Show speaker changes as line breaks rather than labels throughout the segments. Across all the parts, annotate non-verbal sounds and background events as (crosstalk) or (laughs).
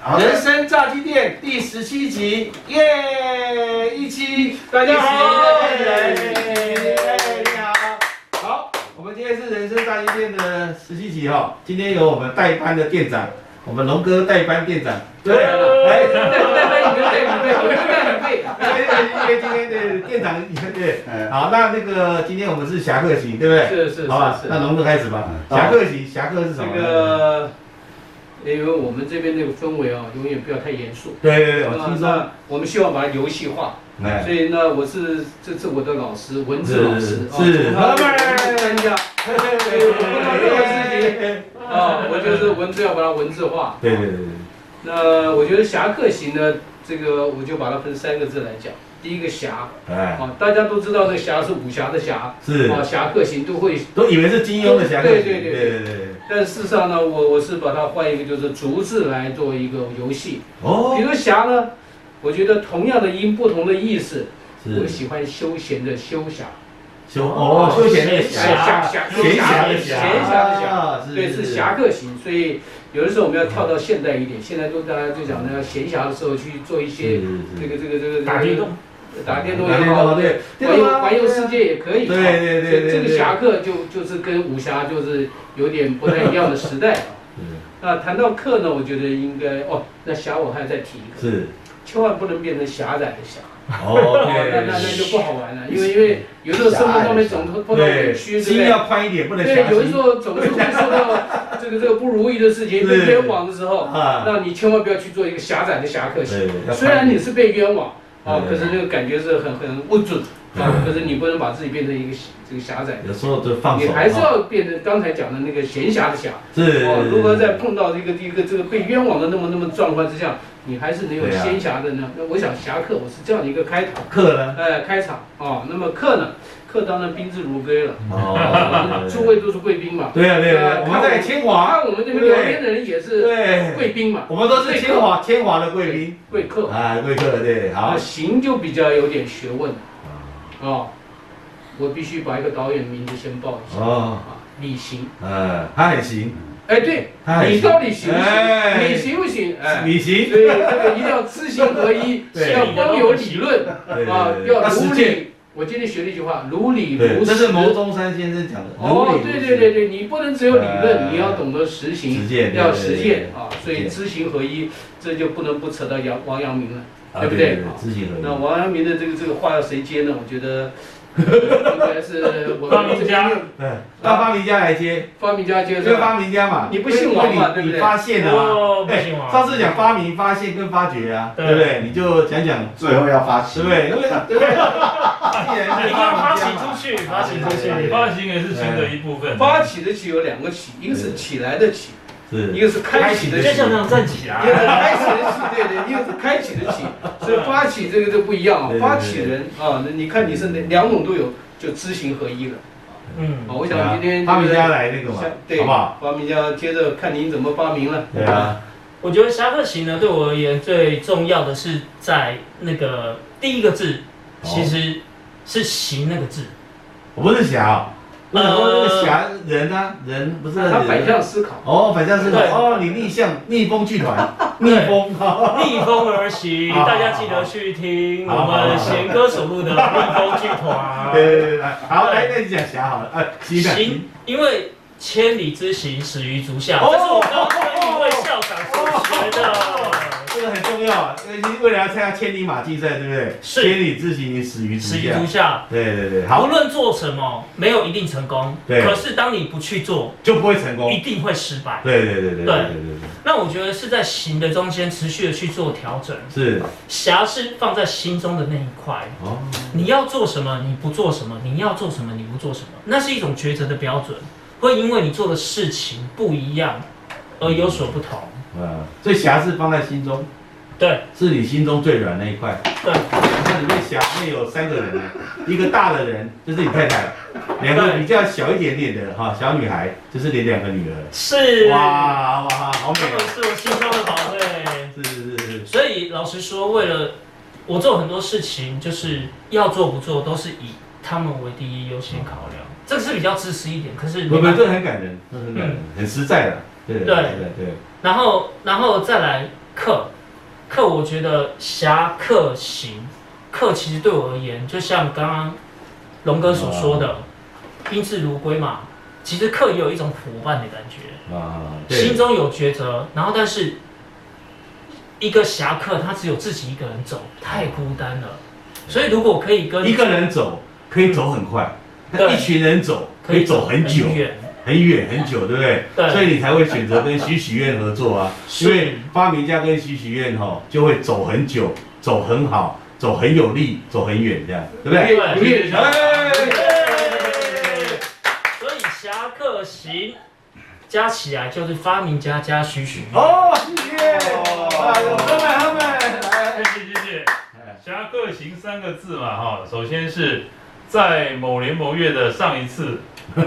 好
人生炸鸡店第十七集，耶！一期大家好，
一起
耶你好，好，我们今天是人生炸鸡店的十七集哈、今天由我们代班的店长，我们龙哥代班店长，
对啊
哎
对对对，你们对，你们对，我们对，很配的。
因为今天的店长，对，
哎
好，那那个今天我们是侠客行，对不对？
是是是
好吧，
是
那龙哥开始吧。
嗯
侠客行，侠客是什
这
么？
个，因为我们这边那个氛围啊，永远不要太严肃。
对对对，我
那
听说，
那我们希望把它游戏化，
哎，
所以呢，我是这次我的老师，文字老师啊，
是
他参加啊，我就是文字要把它文字化。
对对对对，
那我觉得侠客行呢，这个我就把它分三个字来讲。第一个侠
哎，
啊，大家都知道那个侠是武侠的侠，
是
啊，侠客行都会
都以为是金庸的侠客行，
哦对对对
对
对
对对，
但事实上呢，我我是把它换一个，就是逐字来做一个游戏。比
哦，
如侠呢，我觉得同样的音，不同的意思。我
是
喜欢休闲的休侠，哎
休哦休闲那个
侠
侠，
侠
闲暇的
闲
侠，
暇的侠，
啊是
对，是侠，客行。所以有的时候我们要跳到现代一点，现在都大家就讲呢，闲暇的时候去做一些这个这个这个
打电动，
打电动
打
也
电
好
动，，对，
环游环游世界也可以。
对对对对
这
对
个侠客就就是跟武侠就是有点不太一样的时
(laughs)
代啊。那谈到客呢，我觉得应该哦，那侠我还再提一个，
是，
千万不能变成狭窄的狭，
哦，
那 (laughs) 那那那就不好玩了，因为因为有的时候生活上面总会碰到
对，
委屈，对不
心
对？
要宽一点，不能
对，
狭
有的时
心。
候总是会受到这个这个不如意的事情，被
对
冤枉的时候，
啊
那你千万不要去做一个狭窄的侠客行。
对，要
虽然
宽一
你
点
是被冤枉啊，
对
可是那个感觉是很很不准啊，
对
可是你不能把自己变成一个这个狭窄的，
有时候就放手，
你还是
啊
要变成刚才讲的那个闲暇的侠。
是
哦，如何在碰到这个一个这个被冤枉的那么那么状况之下，你还是能有
对啊
仙侠的呢？那我想侠客我是这样的一个开头，
客呢？
呃，开场哦。那么客呢，客当然宾至如归了，
哦，
(laughs) 诸位都是贵宾嘛。
对啊
(laughs)
对啊，
呃
我们在清华，
啊，我们这边聊天的人也是
对，
贵宾嘛，
我们都是清华清华的贵宾
贵客。哎
啊，贵客对，好
那，行就比较有点学问哦。我必须把一个导演名字先报一下
哦，
啊，李行。
呃，他很行，
哎，对
他，很
你到底行不行？
哎
你行不行？哎。
你行，
所以这个一定要知行合一，
对
要光有理论
对
啊，
对
要
对，
如
实践，
理。我今天学了一句话，如理
对，
如
这
实。
是牟中山先生讲的，
哦，对对对对，你不能只有理论，
哎
你要懂得实行，
实践对
要
对
实
呃对
践
对
啊。所
对
以知行合一，这就不能不扯到杨王阳明了。
对啊对对，知行合
那
一，
王阳明的这个这个话要谁接呢？我觉得应该是我
发明家
对，让发明家来接，
发明家接
因
是
为
吧？
发明家嘛，你发现了嘛，哎
哦，不行啊！
上次讲发明、发现跟发掘啊，对不对？你就讲讲，
最后要发
对
行
不，对？因为对不
(laughs)
对？既然
你
是
应该
发
发
明
起
家嘛，
出去，发起出
对
去，
对
发行也是行的一部分。
发起的起有两个起，一个是起来的起，一
是
个是开启的
就
起。
像这样站起
因为
来，
开启的起，对对，因为是开启的起，所以发起这个就不一样啊
对对。对
发起人啊，那你看你是哪两种都有，就知行合一了。
嗯
啊，，我想今天
发明家
对
来那个
不
嘛
对，
好
对，
不好？
发明家接着看您怎么发明了。
对啊，
我觉得侠客行呢，对我而言最重要的是在那个第一个字，其实是行那个字。
我不是侠，我想说那个侠人啊，人不是
他反
人。
向思考，
哦，反向是哦，你逆向逆风剧团，逆风哈，
逆风而行，
好
大家记得去听我
好好好
们贤歌所录的逆风剧
(laughs)
团。
对对对，好，来那你讲侠好了，呃，行
行，因为千里之行，始于足下。
哦
这是我刚跟一位校长所学的。
这个很重要啊，因为未来要参加千里马竞赛，对不对？
是
千里之行，始于足
始于
下
足。下，
对对对，
无
好，
论做什么，没有一定成功，
对哦
可是当你不去做，
就不会成功
一。定会失败。
对对对对对
对
对对，
那我觉得是在行的中间持续的去做调整，
是
侠是放在心中的那一块。
哦，
你要做什么，你不做什么；你要做什么，你不做什么，那是一种抉择的标准，会因为你做的事情不一样而有所不同。
呃，所以侠是放在心中，
对
是你心中最软那一块。
对，
那里面侠面有三个人呢，一个大的人就是你太太，两个比较小一点点的哈小女孩，就是你两个女儿。
是，
哇哇，好美
这个
啊！
是我心中的宝贝。
是是是是，
所以老实说，为了我做很多事情，就是要做不做，都是以他们为第一优先考量。这个是比较自私一点，可是
嗯
嗯
不
没
不，
办法
这很感人，这很感人，很实在的。对对对，
然后然后再来，克，克我觉得侠客行，克其实对我而言，就像刚刚龙哥所说
嗯
的，宾至如归嘛。其实克也有一种伙伴的感觉，
啊，
心
对，
中有抉择，然后但是一个侠客他只有自己一个人走，太孤单了。所以如果可以跟
一个人走可以走很快，但
对
一群人走可以走很久、
远，
很远、很久，对不对？
对
所以你才会选择跟许许愿合作啊，因
是
为发明家跟许许愿哈就会走很久、走很好、走很有力、走很远这样，对不对？
对
你也
哎
所以侠客行加起来就是发明家加许许愿。
哦，谢谢，啊，有他们他们来，
谢谢谢谢。侠客行三个字嘛，哈，首先是在某年某月的上一次， (laughs)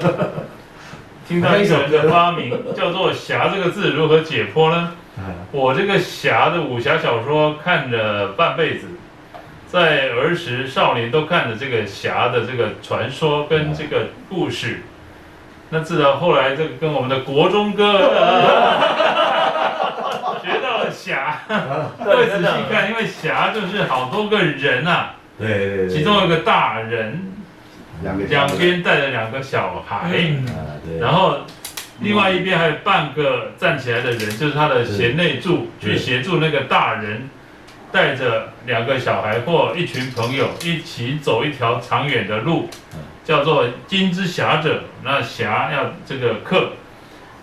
听到一个人的发明叫做“侠”这个字如何解剖呢？
啊
我这个侠的武侠小说看了半辈子，在儿时少年都看着这个侠的这个传说跟这个故事。那自然后来这个跟我们的国中哥、 (laughs) 呃学到了侠，会仔细看，因为侠就是好多个人啊，
对对对，
其中有个大人，
两个
两边带着两个小孩，
嗯，
啊，对，
然后另外一边还有半个站起来的人，就是他的贤内助，
对
去协助那个大人，带着两个小孩或一群朋友一起走一条长远的路
嗯，
叫做金之侠者。那侠要这个克，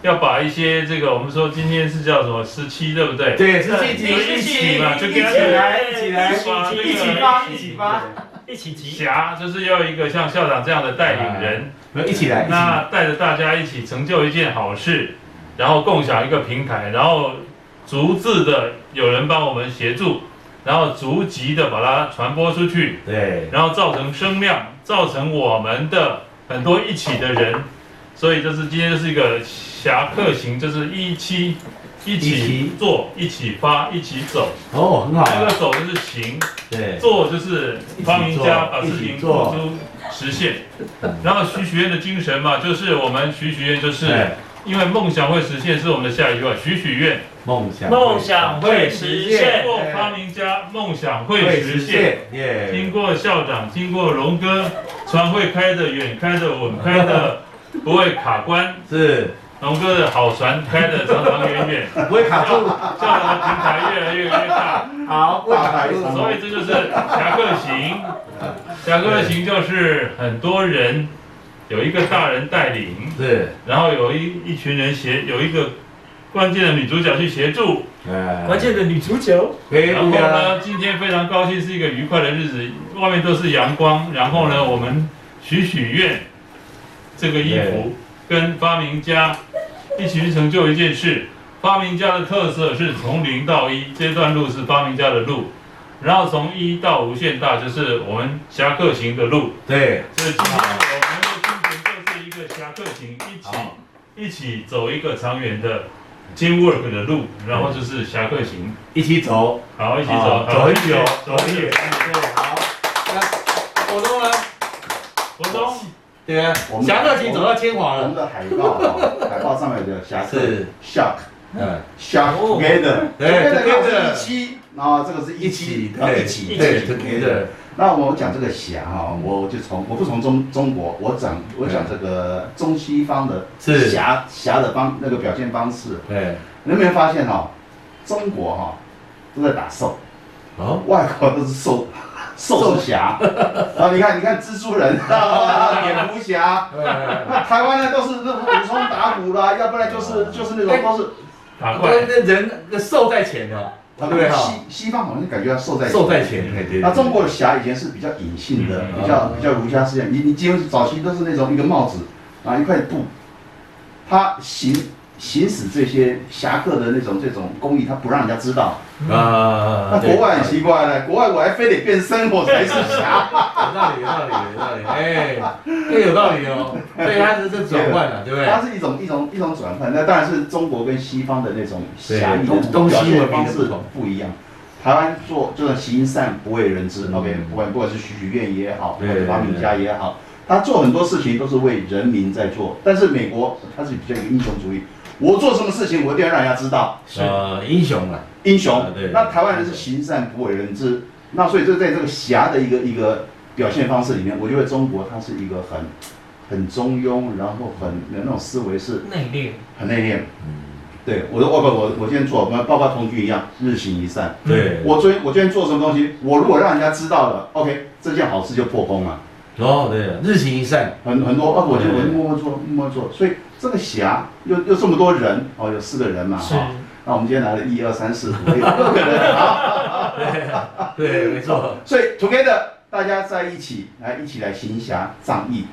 要把一些这个我们说今天是叫什么十七，对不对？
对，是这一集
一起嘛就
一
跟
起来，一起来，一
一
起
起
发，
发
一起发，
一起集，
侠就是要一个像校长这样的带领人。
没有一起来，
那带着大家一起成就一件好事，然后共享一个平台，然后逐字的有人帮我们协助，然后逐级的把它传播出去，
对，
然后造成声量，造成我们的很多一起的人，所以这是今天就是一个侠客行，就是一期一
一起
起做，一起发，一起走。
哦，很好
这个
啊，
走就是行，
对，
做就是发明家把
一
事
起
情
做
付诸实现。然后徐许愿的精神嘛，就是我们徐许愿，就是
对
因为梦想会实现，是我们的下一句话。徐许愿，
梦想，
梦想会实
经
现。
过发明家，梦想
会
会
实
实现。
现，耶，
经过校长，经过龙哥，船会开得远，开得稳，开
(laughs)
得不会卡关。
是
龙哥的好船开得长长远远，
不会卡
校
住，
校长的平台越来越越大。
好，不会卡住，
所以这就是侠客行。侠客行就是很多人有一个大人带领，
是，
然后有一一群人协，有一个关键的女主角去协助。
哎
关键的女主角，
哎，
然后
对啊，
呢，今天非常高兴，是一个愉快的日子，外面都是阳光。然后
嗯
呢，我们许许愿，这个衣服跟发明家一起去成就一件事。发明家的特色是从零到一，这段路是发明家的路，然后从一到无限大就是我们侠客行的路。
对，
所以今天我们的精神就是一个侠客行，一起
好
一起走一个长远的 teamwork 的路，然后就是侠客行。
一起走，
好，一起
好
啊走，
走很久，
走很远。
对，好，那活动呢？
国中，
对啊，
我们
侠客行走到天皇
我们
了，
的海报啊，海报上面有侠客
是
shark
嗯，
shark
哦
together，
对 together
是一期，然后这个是
一
一
起
期，，然后
对，
一起，
对
一起
，together，
那我讲这个侠哈，我就从我不从中中国，我讲我讲这个中西方的
是
侠侠的方那个表现方式，
对，
你有没有发现哈？中国哈都在打兽， (laughs)
哦，
外国都是兽兽是侠，啊，你看你看蜘
(laughs)
蛛人 (laughs) 啊，蝙蝠侠。
哎
那台湾呢都是那种武松打虎啦，要不然就是就是那种都是
打怪，
那那人那兽在前呢，对不哎对啊哈？
西西方好像感觉要受在
兽在前，对对。
那中国的侠以前是比较隐性的，
嗯
比较比较儒家思想，你你几乎早期都是那种一个帽子啊一块布，他行行使这些侠客的那种这种工艺，他不让人家知道。
啊，
那国外很奇怪呢，国外我还非得变身我才是侠，
有道理，有道理，有道理，哎，这有道理哦。所以他是这转换啊
(laughs)
了，对不对？
它是一种一种一种转换。那当然是中国跟西方的那种侠义
对
的
东
表
西文
现
明
方
的
式
不同
不一样。台湾做这种行善不为人知、
嗯
o k 不管不管是许许愿也好，
对
或者发明家也好，他做很多事情都是为人民在做。但是美国他是比较有英雄主义，我做什么事情，我一定要让人家知道。
是
啊，英雄啊，
英雄
啊对。
那台湾人是行善不为人知，那所以就在这个侠的一个一个表现方式里面，我觉得中国它是一个很很中庸，然后很那种思维是
内敛，
很内敛。
嗯，
对我说，我不，我我今天做，我们包括同居一样，日行一善。
对，
嗯我昨天我今天做什么东西，我如果让人家知道了，OK，这件好事就破功了。
哦，对，日行一善，
很很多啊，我就我就默默做，默默做。所以这个侠又又这么多人哦，有四个人嘛
是
哈。那我们今天来了一二三四五六六
(laughs)
个人啊，
对，没错，
所以 together 大家在一起来一起来行侠仗义，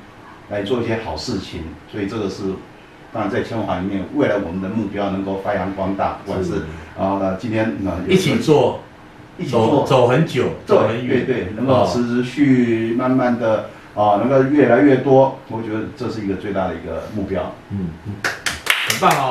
来做一些好事情。所以这个是，当然在清华里面，未来我们的目标能够发扬光大，不管是啊，那今天那
一起做，
一起
走
做，
走很久，走
对
很
对
远，
对，能够
哦
持续慢慢的啊，能够越来越多，我觉得这是一个最大的一个目标。
嗯，很棒哦。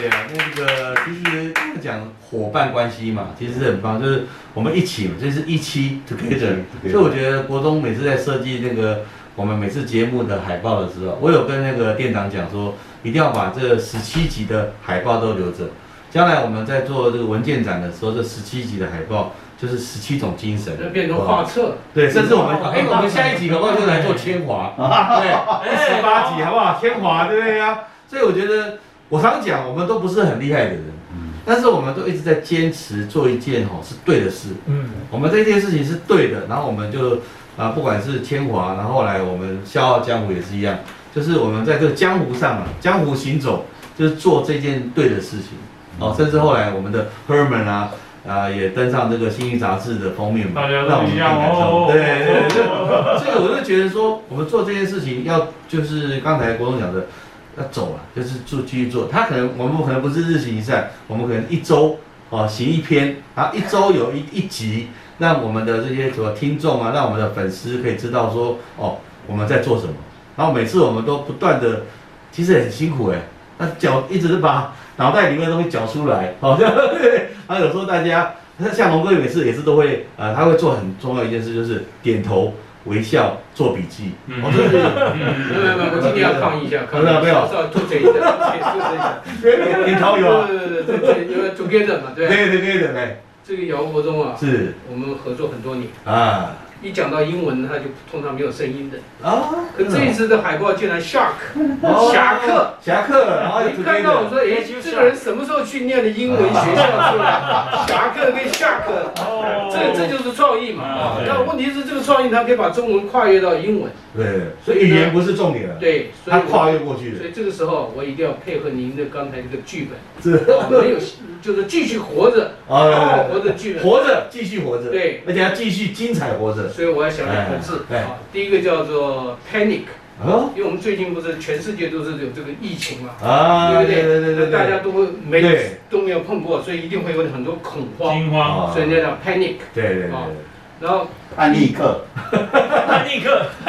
对啊，那个其实刚才讲伙伴关系嘛，其实很棒，就是我们一起嘛，就是一期 together。所以我觉得国中每次在设计那个我们每次节目的海报的时候，我有跟那个店长讲说，一定要把这十七集的海报都留着。将来我们在做这个文件展的时候，这十七集的海报就是十七种精神，
那变成画册，
对，甚至我们哎、我们下一集搞不好就来做铅 (laughs) 华，对，
哎
十八集好不好？铅华，对不对呀？所以我觉得，我常讲，我们都不是很厉害的人，
嗯
但是我们都一直在坚持做一件哦是对的事。
嗯，
我们这件事情是对的，然后我们就啊，不管是铅华，然后后来我们笑傲江湖也是一样，就是我们在这个江湖上啊，江湖行走，就是做这件对的事情。哦，甚至后来我们的 Herman 啊，啊、也登上这个《新域杂志》的封面嘛，
大家
让我
都
们
一
更
样
感动
哦。
对对对，所以我就觉得说，我们做这件事情要就是刚才国栋讲的，要走了，就是做继续做。他可能我们可能不是日行一善，我们可能一周哦行一篇，然后一周有一一集，让我们的这些什么听众啊，让我们的粉丝可以知道说哦我们在做什么。然后每次我们都不断的，其实很辛苦哎、那脚一直是把脑袋里面的东西搅出来， (laughs) 好像对。然后有时候大家那像龙哥每次也是都会，呃，他会做很重要一件事，就是点头、微笑、做笔记。
嗯
哦，这
没有没有，没有我今天要抗议一下，抗议一
没有
下，
没有
稍微吐嘴一下，吐嘴一下。
是点头有啊，
对对对对对，因为 together 嘛，
对
对啊。
对对对对，
这个姚国忠啊，
是
我们合作很多年，
啊
一讲到英文他就通常没有声音的。
啊
可这一次的海报竟然 shark，
哦
侠客
侠客，然后
一看到我说，哎，这个人什么时候去念的英文学校出
(laughs)
来？侠客跟 shark，
哦
这这就是创意嘛。
啊
啊
对
但问题是这个创意，它可以把中文跨越到英文。
对，所以语言不是重点了，
对，所以
他
我
跨越过去了
所，以这个时候，我一定要配合您的刚才这个剧本，
是
我们有就是继续活
(laughs)
着，
啊，
活着剧本。
活着，继续活着，
对，
而且要继续精彩活着。
所以我要想两个字
哎哎
啊，第一个叫做 panic，
哦
因为我们最近不是全世界都是有这个疫情嘛，
啊，
对不对？
对对对对，
大家都会没
对
都没有碰过，所以一定会有很多恐慌，
惊
哦
啊
慌，
所以人家讲 panic。
对对对，
然后
叛逆客，
那立刻 (laughs)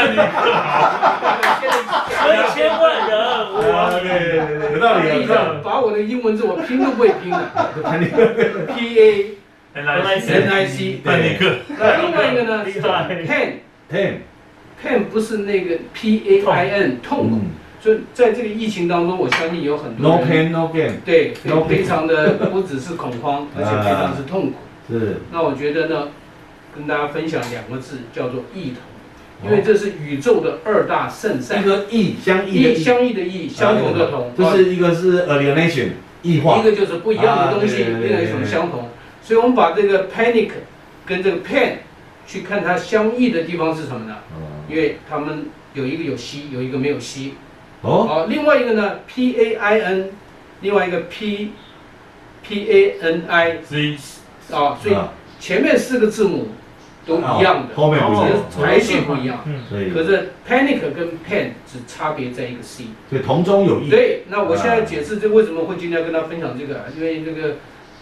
现在
千千万人，
啊
我
对对对对，有道理有道理。
把我的英文字我拼都不会拼了，P A N I C。
那你克，
另外一个呢是
厉害
pain。
Ten，
pain 不是那个 p a i n 痛苦，所以在这个疫情当中，我相信有很
嗯
多
No
人
pain, no gain，
对
No pain
非常的不只是恐慌，而且非常是痛苦。
是
那我觉得呢，跟大家分享两个字叫做异同，因为这是宇宙的二大圣
一
善，
个异相异的
异
异，
相异的异，相同的同，
就是一个是 alienation 异
啊
化
一，个就是不一样的东西，
啊对对对
另外一种相同。所以我们把这个 panic 跟这个 pain 去看它相异的地方是什么呢？因为它们有一个有吸，有一个没有吸。
哦，
好，另外一个呢，P A I N，另外一个 P P A N I
之
啊，所以
啊
前面四个字母都一样的，
后面不一
只
样
是，排序不一样。
嗯，
所以
可是 panic 跟 pain 只差别在一个 C。
所以同中有异，
对，那我现在解释这为什么会今天跟他分享这个啊，
嗯
因为这个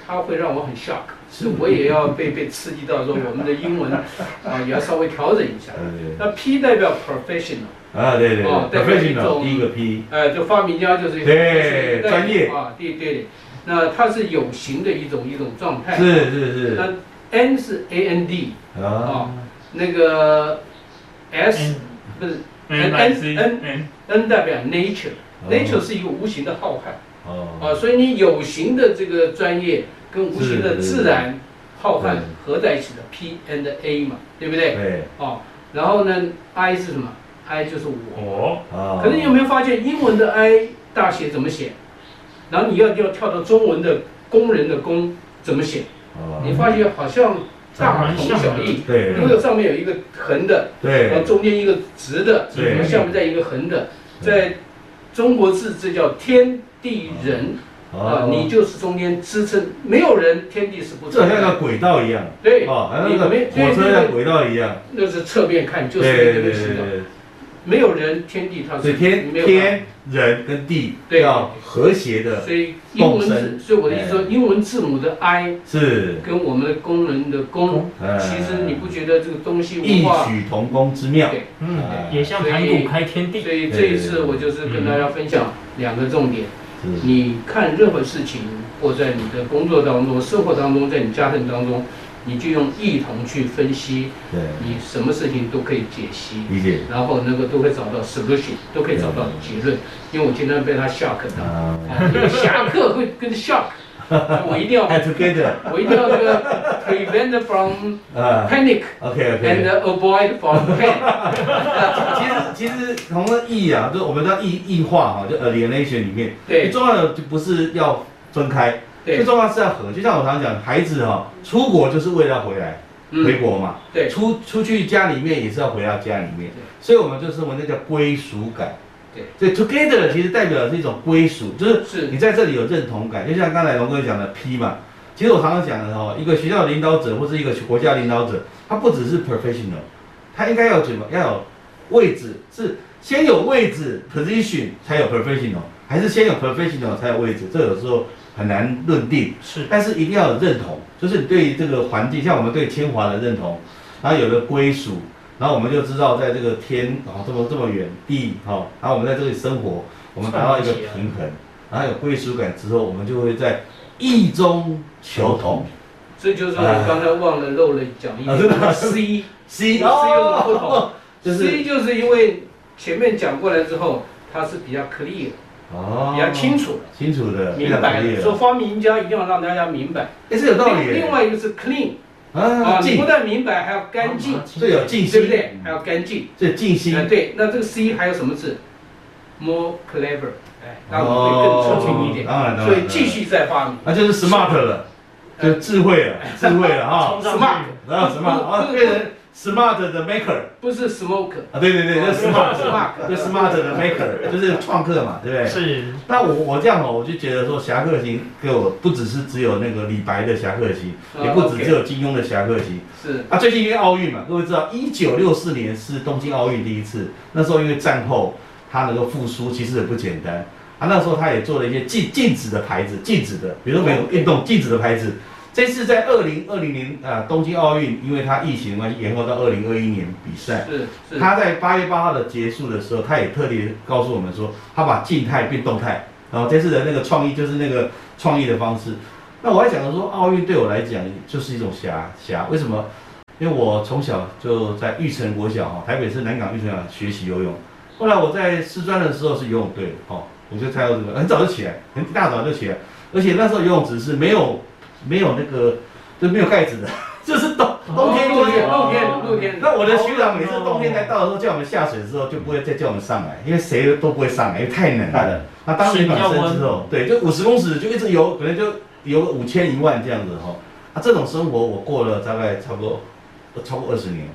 他会让我很 shock，
是
是我也要被被刺激到，说我们的
(laughs)
英文啊也要稍微调整一下。
呃
那 P 代表 professional。
啊对对
哦
对
代表一
，professional
种
第一个 P，
呃，就发明家就是
对专业
啊，对对对，那它是有形的一种一种状态。
是是
那 N 是 A N D
是啊，
啊，那个 S
嗯
不是
N I C N
N 代表 nature，nature
哦
是一个无形的浩瀚，啊，
哦，
所以你有形的这个专业跟无形的
是
自然浩瀚
嗯
合在一起的 P and A 嘛，对不对？
对，
哦，然后呢，I 是什么？I 就是
嗯
我。
我
啊，
可是你有没有发现英文的 I 大写怎么写？然后你要要跳到中文的工人的工怎么写？
哦
你发觉好像大同
长得
小
蛮像
异，
对
因为上面有一个横的，然后
对
中间一个直的，
对
然后下面再一个横的，
对
在中国字这叫天地人
哦
啊，你就是中间支撑，没有人天地是不
这
存
好像
在
个
的。
轨道一样，
对，
哦，好像
你
那个
没
火车像轨道一样，
那是侧面看就是
对对
这个
对
形
对
状，
对，
没有人天地它
所以
是
天
没有
天人跟地
对
要和谐
它
的，
所以英文
共
字，
生哎
所以我的意思说，英文字母的 I
是，
跟我们的工人的工，
呃
其实你不觉得这个东西文
异
化？
曲同工之妙，
对
嗯，
哎
也像盘古开天地，
所以这一次我就是跟大家分享
嗯
两个重点。
是
你看任何事情，或在你的工作当中、生活当中，在你家庭当中，你就用异同去分析，
对，
你什么事情都可以解析，
理解
然后能够都会找到 solution，都可以找到
嗯
结论。因为我经常被他 shock 到，
啊
啊这个下课会跟 shock，我一
(laughs)
定要，
哎，together
我一定要这个 prevent from
啊
panic。
，OK
and uh，
OK，
avoid from pain
其实其实同个异啊，就我们叫异异化哈，就 alienation 里面，最
对。
重要的就不是要分开，最
对
重要是要和，就像我常讲，孩子哈、出国就是为了要回来。回
嗯，
国嘛，
对
出出去家里面也是要回到家里面，所以我们就是我们那叫归属感，
对，
所以 together 其实代表的是一种归属，就是
是
你在这里有认同感，就像刚才龙哥讲的 P 嘛，其实我常常讲的哦，一个学校领导者或是一个国家领导者，他不只是 professional，他应该要怎么要有位置，是先有位置 position 才有 professional，还是先有 professional 才有位置？这有时候很难论定。
是
但是一定要有认同，就是你对这个环境，像我们对清华的认同，然后有了归属，然后我们就知道在这个天哦这么这么远地哦，然后我们在这里生活，我们达到一个
啊
平衡，然后有归属感之后，我们就会在异中求同。
这就是我刚才忘了漏了讲一
啊真的 (laughs)
点 C
C
C 有什么不同
哦就是
C 就是因为前面讲过来之后，它是比较 clear、
哦，
比较清楚的、
清楚的，
明白
非
的。
常
说
了，
发明家一定要让大家明白。
也是有道理
另另外一个是 clean
啊，
啊，你
静
不，但明白，还要干净，
这有静
对不
心，
对？还要干净。
这静啊心
啊，，对。那这个 C 还有什么字？More clever，哎，让我们会更聪明一点。
哦当然，当然
所以继，续再发明。
啊那就是 smart 了，就智慧了，智慧了哈。
冲上
smart
去，
然后 smart 啊，变成 smart 的 maker
不是 smoke，
啊，对对对，就 smart，
smoke，
就 smart 的 maker，就是创客嘛，对不对？
是
那我我这样哦，我就觉得说《侠客行》给我不只是只有那个李白的《侠客行》，也不只只有金庸的《侠客行
是》
啊。最近因为奥运嘛，各位知道，一九六四年是东京奥运第一次，那时候因为战后它能够复苏，其实也不简单啊。那时候他也做了一些禁禁止的牌子，禁止的，比如说美国运动禁止的牌子。这次在二零二零年啊东京奥运，因为它疫情的关系延后到二零二一年比赛。
是是，
他在八月八号的结束的时候，他也特地告诉我们说，他把静态变动态，然后这次的那个创意就是那个创意的方式。那我还讲说，奥运对我来讲就是一种侠侠，为什么？因为我从小就在玉成国小哈，台北市南港玉成国小学习游泳，后来我在师专的时候是游泳队的哦，我就猜到这个，很早就起来，很一大早就起来，而且那时候游泳池是没有没有那个就没有盖子的， (laughs) 就是冬冬天啊过
露
去
哦天露天露天，
那我的学长每次冬天来到的时候，叫我们下水之后，就不会再叫我们上来，因为谁都不会上来，因为太冷
太
了。
冷，
那当你暖身之后，对，就五十公尺就一直游，可能就游五千一万这样子哈。啊，这种生活我过了大概差不多呃超过二十年。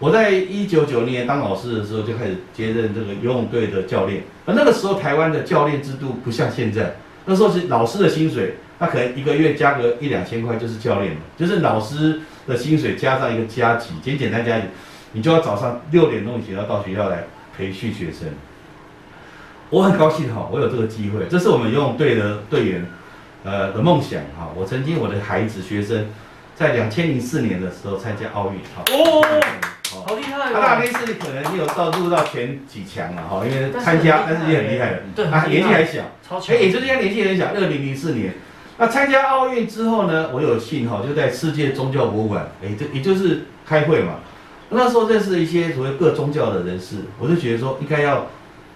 我在一九九零年当老师的时候就开始接任这个游泳队的教练，而那个时候台湾的教练制度不像现在，那时候是老师的薪水，那可能一个月加个一两千块就是教练了，就是老师的薪水加上一个加级，简简单单的，你就要早上六点钟以前要到学校来培训学生。我很高兴哈，我有这个机会，这是我们游泳队的队员，呃的梦想哈。我曾经我的孩子学生，在两千零四年的时候参加奥运哈。
哦，
哦，
好厉害
他大
哦，
概是可能没有到入到前几强了哈，因为参加，但是也很厉害的，
对，
他
很厉
年纪
害
还小。
超
哎、
强，
也就是因为年纪很小，二零零四年，那参加奥运之后呢，我有幸哈、就在世界宗教博物馆，哎、这也就是开会嘛。那时候认识了一些所谓各宗教的人士，我就觉得说应该要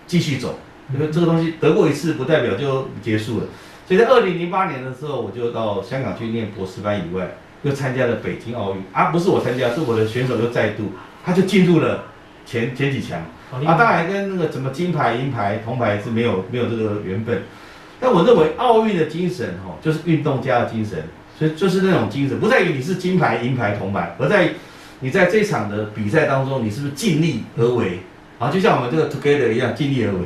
继续走，因为这个东西得过一次不代表就结束了。所以在二零零八年的时候，我就到香港去念博士班以外，又参加了北京奥运啊，不是我参加，是我的选手又再度，他就进入了前前几强。
好厉害
啊，当然跟那个什么金牌、银牌、铜牌是没有没有这个缘分。但我认为奥运的精神哈、哦，就是运动家的精神，所以就是那种精神，不在于你是金牌、银牌、铜牌，而在于你在这场的比赛当中，你是不是尽力而为啊？就像我们这个 Together 一样，尽力而为。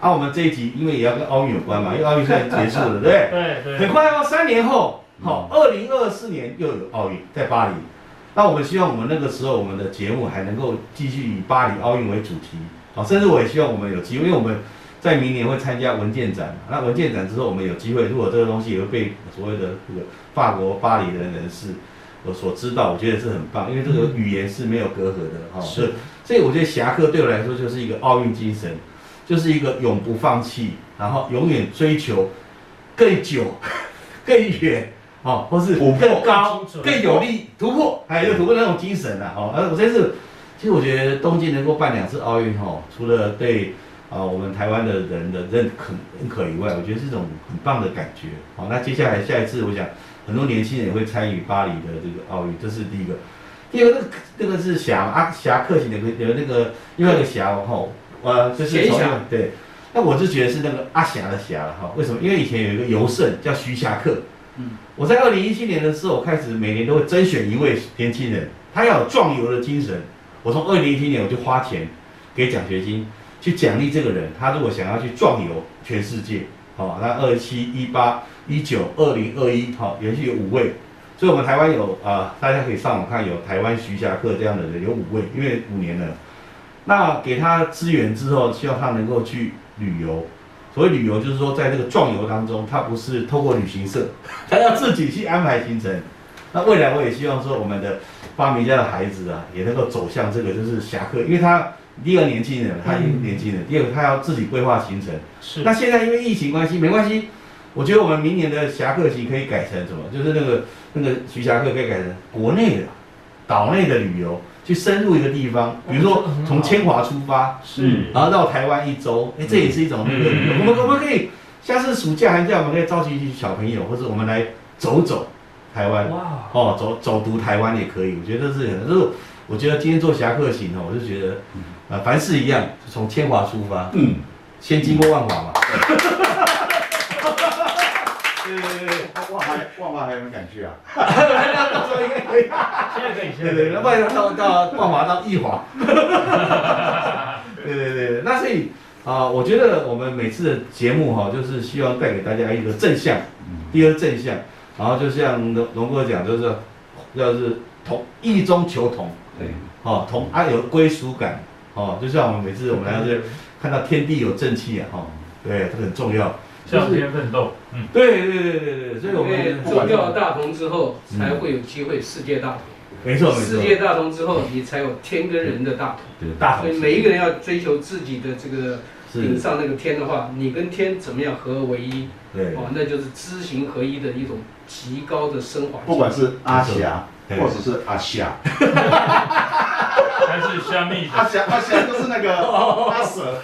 啊，我们这一集因为也要跟奥运有关嘛，因为奥运现在结束了，对不对？
对对嗯
很快哦，三年后，好、二零二四年又有奥运在巴黎。那我们希望我们那个时候我们的节目还能够继续以巴黎奥运为主题，好、甚至我也希望我们有机会，因为我们在明年会参加文件展嘛。那文件展之后，我们有机会，如果这个东西也会被所谓的这个法国巴黎的人士我所知道，我觉得是很棒，因为这个语言是没有隔阂的哈、
嗯是
所以，所以我觉得侠客对我来说就是一个奥运精神，就是一个永不放弃，然后永远追求更久、 (laughs) 更远哦，或是
突破
更高
更精、准
更有力突破，还有突破那种精神啊！哦，而我真是，其实我觉得东京能够办两次奥运哦，除了对啊、我们台湾的人的认可认可以外，我觉得是一种很棒的感觉。好、那接下来下一次，我想很多年轻人也会参与巴黎的这个奥运，这是第一个。第二个，那个那个是侠啊，侠客型的有那个另外一个侠哦，呃，就是
闲
从
暇
对。那我就觉得是那个阿霞的霞了哈，为什么？因为以前有一个游圣叫徐霞客，
嗯
我在二零一七年的时候，我开始每年都会甄选一位年轻人，他要有壮游的精神。我从二零一七年我就花钱给奖学金去奖励这个人，他如果想要去壮游全世界，好、那二七、一八、一九、二零、二一，好，连续有五位。所以，我们台湾有啊、大家可以上网看，有台湾徐霞客这样的人有五位，因为五年了。那给他资源之后，希望他能够去旅游。所谓旅游，就是说在这个壮游当中，他不是透过旅行社， (laughs) 他要自己去安排行程。那未来我也希望说，我们的发明家的孩子啊，也能够走向这个就是侠客，因为他第一个年轻人，他也年轻人；第二个他要自己规划行程。
是
那现在因为疫情关系，没关系。我觉得我们明年的侠客行可以改成什么？就是那个那个徐侠客可以改成国内的、岛内的旅游，去深入一个地方，比如说
嗯
从千华出发，
是
然后到台湾一周，
嗯
哎，这也是一种那个旅游。我们可不可以下次暑假寒假，我们可以召集一群小朋友，或者我们来走走台湾？
哇，
哦，走走读台湾也可以，我觉得这是很，就是我觉得今天做侠客行哦，我就觉得，
嗯
呃，凡事一样，就从千华出发，
嗯，
先经过万华嘛。
对对对，万华万华还有没有敢去啊？
现在可以，现
对
在
对，对那万华到到万华到义
(laughs)
华，对对对对，那所以啊、我觉得我们每次的节目哈、就是希望带给大家一个正向，
嗯
第二正向，然后就像龙龙哥讲，就是要是同异中求同，
对，
哦，同啊有归属感，哦，就像我们每次我们来到这看到天地有正气啊，哈、哦，对，这个很重要，
向天奋斗，嗯，
对对对对对，所以我
因为
们
走掉哎大同之后，
嗯
才会有机会世界大同。
没错没
世界
错，
大同之后，你才有天跟人的大同。
对大
所
同
以每一个人嗯要追求自己的这个顶
是，
上那个天的话，你跟天怎么样合而为一？
对
哦，那就是知行合一的一种极高的升华境。
不管是阿霞
对
或者是阿霞，
还是虾米
阿
的，
霞阿霞就是那个阿蛇，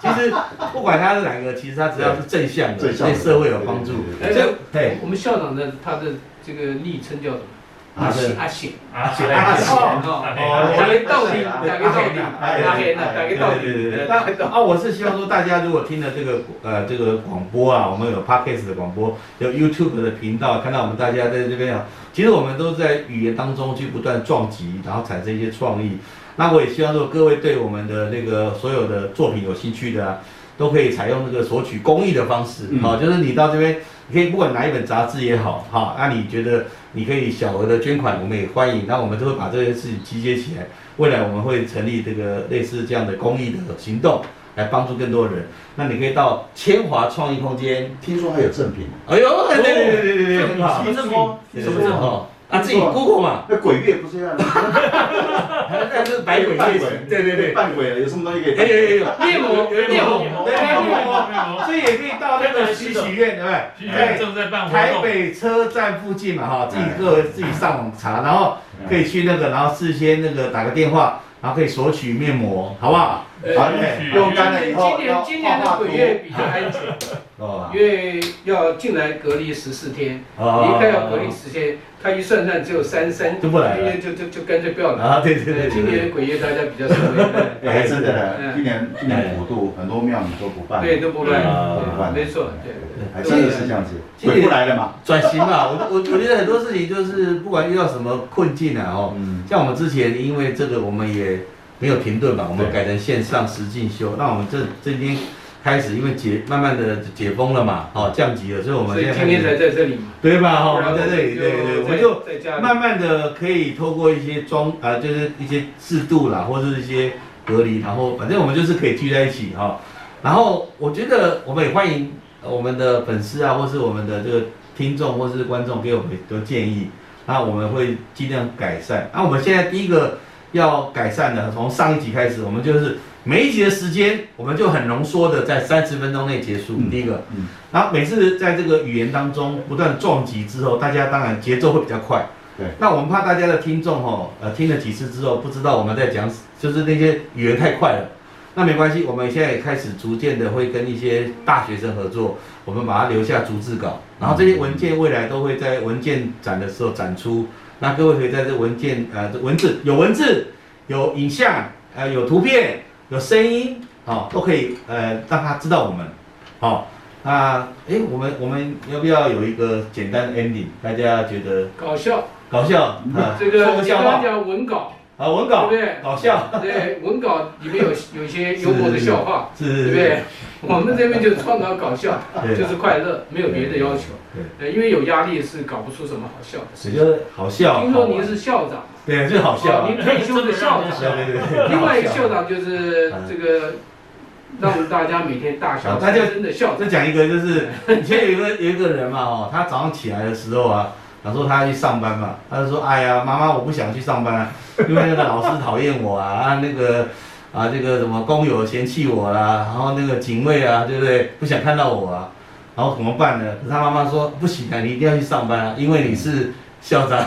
其实不管他是哪个，其实他只要是正向的，
正向
对
的
社会有帮助。
对
对
哎
所
对
以对，
我们校长的他的这个昵称叫什么？
阿
阿
贤
阿显。
啊，哎
写
来
阿
阿
贤
显
哦
哦，打个道理，
阿
打个道理，
阿
打
贤
黑
阿
了，打个
贤
道
对对对
理。
但啊，我是希望说大家如果听了这个呃这个广播啊，我们有 podcast 的广播，有 YouTube 的频道，看到我们大家在这边啊，其实我们都在语言当中去不断撞击，然后产生一些创意。那我也希望说各位对我们的那个所有的作品有兴趣的啊，都可以采用这个索取公益的方式，
嗯
好、就是你到这边，你可以不管哪一本杂志也好，哈、那你觉得你可以小额的捐款，我们也欢迎，那我们就会把这些事情集结起来，未来我们会成立这个类似这样的公益的行动，来帮助更多人。那你可以到千华创意空间，
听说还有赠品，
哎呦，对对对对对对，很好，
听说
对
什
对对
么赠品？
哦，啊自己 Google 嘛，
那鬼月不是要
那是百鬼夜行，对对对，
扮鬼了，有什么东西可以？
哎有有有。
面膜，面膜，面膜。
所以也可以到那个许许愿，对不对？
现在正在办活
台
动，
北车站附近嘛，哈，自己各自己上网查，然后可以去那个，然后事先那个打个电话，然后可以索取面膜，好不好？
好
许，愿
哎用干了以后
呃今
要
年今
画
年的
画图
鬼。月比较安全，
(laughs) 哦，
因为要进来隔离十四天，离开要隔离十天，他一算算只有三三，
就不来了
就就就干脆不要来。
啊，对对对，
今年的鬼月大家比较少
(laughs)
来，
哎，真的，
嗯
今年今年普渡很多庙宇都不办，
对，都不来
啊，
对没错，对。
还真的是这样子，鬼不来了嘛。
转型嘛，我我我觉得很多事情就是不管遇到什么困境啊，哦，
嗯，
像我们之前因为这个我们也没有停顿嘛，我们
对
改成线上实进修，那我们这这边开始因为解慢慢的解封了嘛，哦降级了，所以我们
所以
现在
今天才在这里嘛，
对吧？哈，
不
我
然
们在这里，对对，我们就
在在家里
慢慢的可以透过一些装啊、就是一些制度啦，或者是一些隔离，然后反正我们就是可以聚在一起哈、然后我觉得我们也欢迎呃我们的粉丝啊，或是我们的这个听众或是观众给我们很多建议，那我们会尽量改善。那我们现在第一个要改善的，从上一集开始，我们就是每一集的时间，我们就很浓缩的在三十分钟内结束。
嗯
第一个，
嗯
然后每次在这个语言当中不断撞击之后，大家当然节奏会比较快。
对
那我们怕大家的听众哦，呃，听了几次之后不知道我们在讲，就是那些语言太快了。那没关系，我们现在也开始逐渐的会跟一些大学生合作，我们把它留下逐字稿，然后这些文件未来都会在文件展的时候展出。那各位可以在这文件呃这文字有文字，有影像，呃有图片，有声音，哦都可以呃让他知道我们，好、那诶我们我们要不要有一个简单的 ending？大家觉得
搞笑。
搞笑啊，
这个
说个
你
笑
刚
话
刚讲文稿，
啊，文稿
对不对
搞笑，
对，文稿里面有有一些幽默的笑话，对
是，
不对？ (laughs) 我们这边就是创造搞笑，
(laughs) 对
就是快乐，没有别的要求。
对，
呃，因为有压力是搞不出什么好笑的
只
事情。
是好笑，
听说
好玩
您是校长，
对，就好笑啊，啊
您退休的校
(laughs)
长，
对对对，
(laughs) 另外一个
好笑
校长就是这个，让大家每天大笑，
嗯大家
真的笑。
再讲一个，就是以前有一个有一个人嘛，哦，他早上起来的时候啊，然后他去上班嘛，他就说，哎呀，妈妈，我不想去上班、啊，因为那个老师讨厌我啊，啊那个啊这个什么工友嫌弃我啦、然后那个警卫啊，对不对？不想看到我啊，然后怎么办呢？可是他妈妈说，不行啊，你一定要去上班啊，因为你是校长，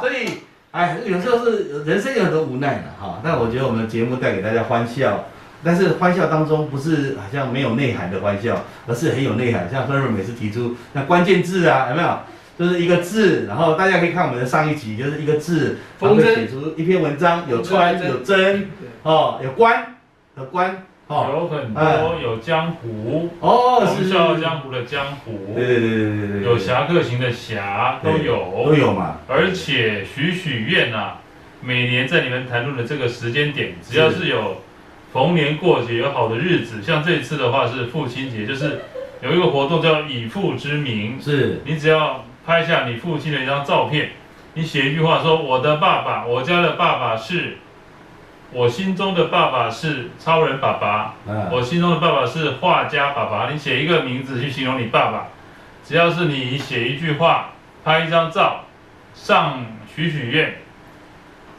所以。哎，有时候是人生有很多无奈的哈，但我觉得我们的节目带给大家欢笑，但是欢笑当中不是好像没有内涵的欢笑，而是很有内涵。像芬瑞每次提出那关键字啊，有没有？就是一个字，然后大家可以看我们的上一集，就是一个字，然后
风筝
会写出一篇文章，有川，
风筝
有真， (laughs) 哦，有关，有关，哦，
有很
哎
多有江湖，
哦，
我
是
们
是，
笑傲
是
江湖的江湖，
对对对对对对对，
有侠客行的侠都
对都
有，
有嘛，
而且许许愿啊，每年在你们谈论的这个时间点，只要是有逢年过节有好的日子，像这一次的话是父亲节，就是有一个活动叫以父之名，
是
你只要拍下你父亲的一张照片，你写一句话说我的爸爸，我家的爸爸是，我心中的爸爸是超人爸爸，
啊，
我心中的爸爸是画家爸爸，你写一个名字去形容你爸爸，只要是你写一句话，拍一张照，上许许愿，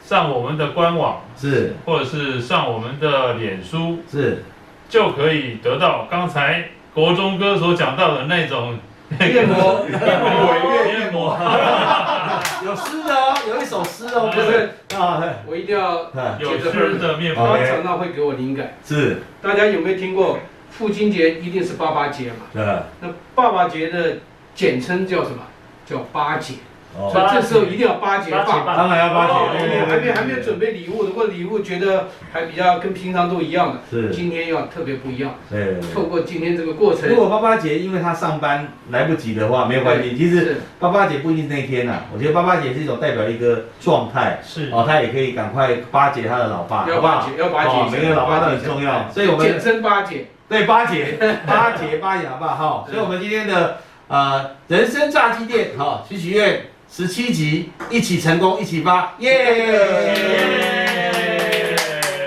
上我们的官网
是
或者是上我们的脸书，
是，
就可以得到刚才国中哥所讲到的那种
夜魔哎
鬼面膜，
有诗的哦，有一首诗哦，
不
不是
是，
啊，嘿
我一定要，
啊
有吃的面
他
膜，
OK
常常会给我灵感。
是，
大家有没有听过父亲节一定是爸爸节嘛？
呃，
那爸爸节的简称叫什么？叫八节。
哦
所以这时候一定要八节
八
放。
解
当
半，
然要巴
哦
结，对
因
对
为
对
还没还没有
对
准备礼物，如果礼物觉得还比较跟平常都一样的，
是，
今天要特别不一样。
对。对对
透过今天这个过程
如，果爸爸节因为他上班来不及的话，没有关系。其实
是
爸爸节不一定是那一天呐、我觉得爸爸节是一种代表一个状态
是
哦，他也可以赶快巴结他的老爸，
嗯要
好不
巴
好？
结，要巴
哦
结，
每个老爸都很重要，所以我
简
们
称八节。
对巴
(laughs)
结、巴结、巴结好不好？
是
所以我们今天的呃人生炸鸡店哈，许许愿十七集，一起成功，一起发，耶！
耶